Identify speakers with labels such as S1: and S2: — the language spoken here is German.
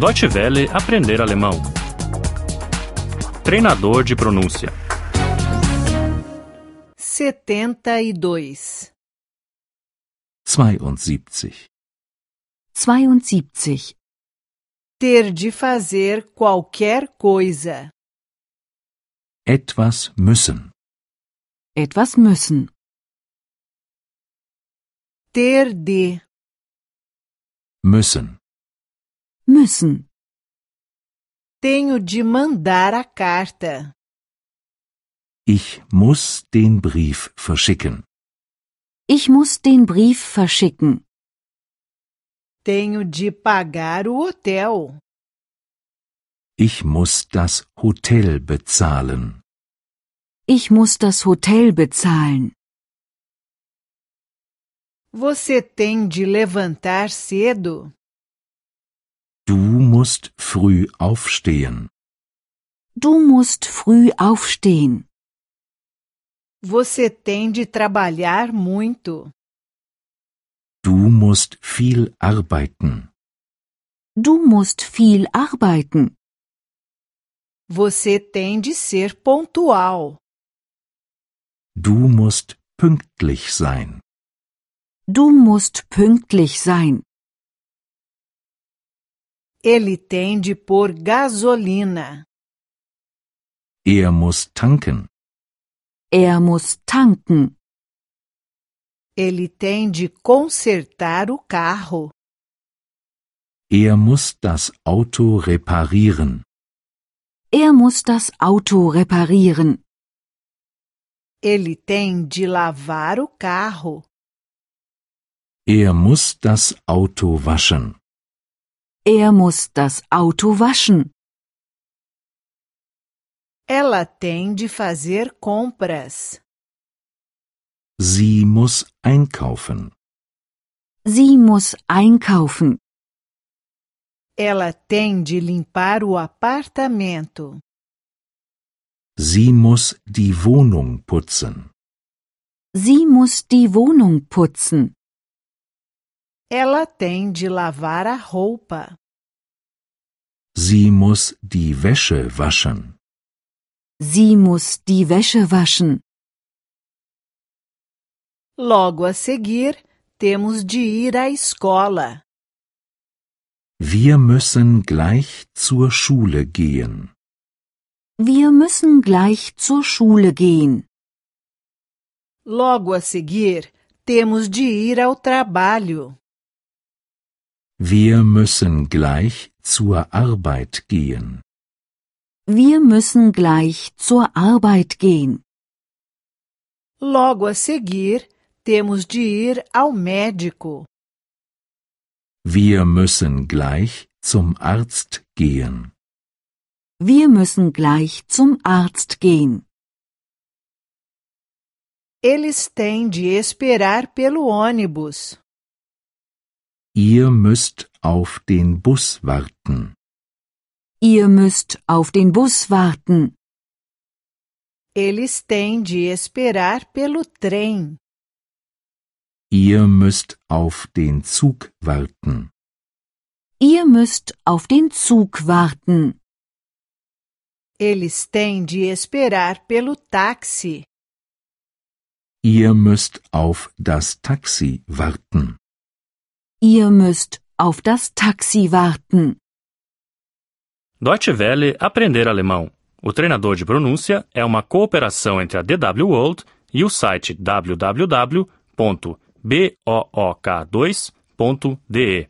S1: Deutsche Welle aprender alemão. Treinador de pronúncia.
S2: 72.
S3: 72.
S4: 72.
S2: Ter de fazer qualquer coisa.
S3: Etwas müssen.
S4: Etwas müssen.
S2: Ter de.
S3: Müssen.
S4: Müssen.
S2: Tenho de mandar a carta.
S3: Ich muss den Brief verschicken.
S4: Ich muss den Brief verschicken.
S2: Tenho de pagar o hotel.
S3: Ich muss das Hotel bezahlen.
S4: Ich muss das Hotel bezahlen.
S2: Você tem de levantar cedo.
S3: Du musst früh aufstehen.
S4: Du musst früh aufstehen.
S2: Você tem de trabalhar muito.
S3: Du musst viel arbeiten.
S4: Du musst viel arbeiten.
S2: Você tem de ser pontual.
S3: Du musst pünktlich sein.
S4: Du musst pünktlich sein.
S2: Ele tem de pôr gasolina.
S3: Er muss tanken.
S4: Er muss tanken.
S2: Ele tem de consertar o carro.
S3: Er muss das Auto reparieren.
S4: Er muss das Auto reparieren.
S2: Ele tem de lavar o carro.
S3: Er muss das Auto waschen.
S4: Er muss das Auto waschen.
S2: Ela tem de fazer compras.
S3: Sie muss einkaufen.
S4: Sie muss einkaufen.
S2: Ela tem de limpar o apartamento.
S3: Sie muss die Wohnung putzen.
S4: Sie muss die Wohnung putzen.
S2: Ela tem de lavar a roupa.
S3: Sie muss die Wäsche waschen.
S4: Sie muss die Wäsche waschen.
S2: Logo a seguir, temos de ir à escola.
S3: Wir müssen gleich zur Schule gehen.
S4: Wir müssen gleich zur Schule gehen.
S2: Logo a seguir, temos de ir ao trabalho.
S3: Wir müssen gleich zur Arbeit gehen.
S4: Wir müssen gleich zur Arbeit gehen.
S2: Logo a seguir, temos de ir ao médico.
S3: Wir müssen gleich zum Arzt gehen.
S4: Wir müssen gleich zum Arzt gehen.
S2: Eles têm de esperar pelo ônibus.
S3: Ihr müsst auf den Bus warten.
S4: Ihr müsst auf den Bus warten.
S2: Eles têm de esperar pelo trem.
S3: Ihr müsst auf den Zug warten.
S4: Ihr müsst auf den Zug warten.
S2: Eles têm de esperar pelo táxi.
S3: Ihr müsst auf das Taxi warten.
S4: Ihr müsst auf das Taxi warten.
S1: Deutsche Welle aprender alemão. O treinador de pronúncia é uma cooperação entre a DW World e o site www.book2.de.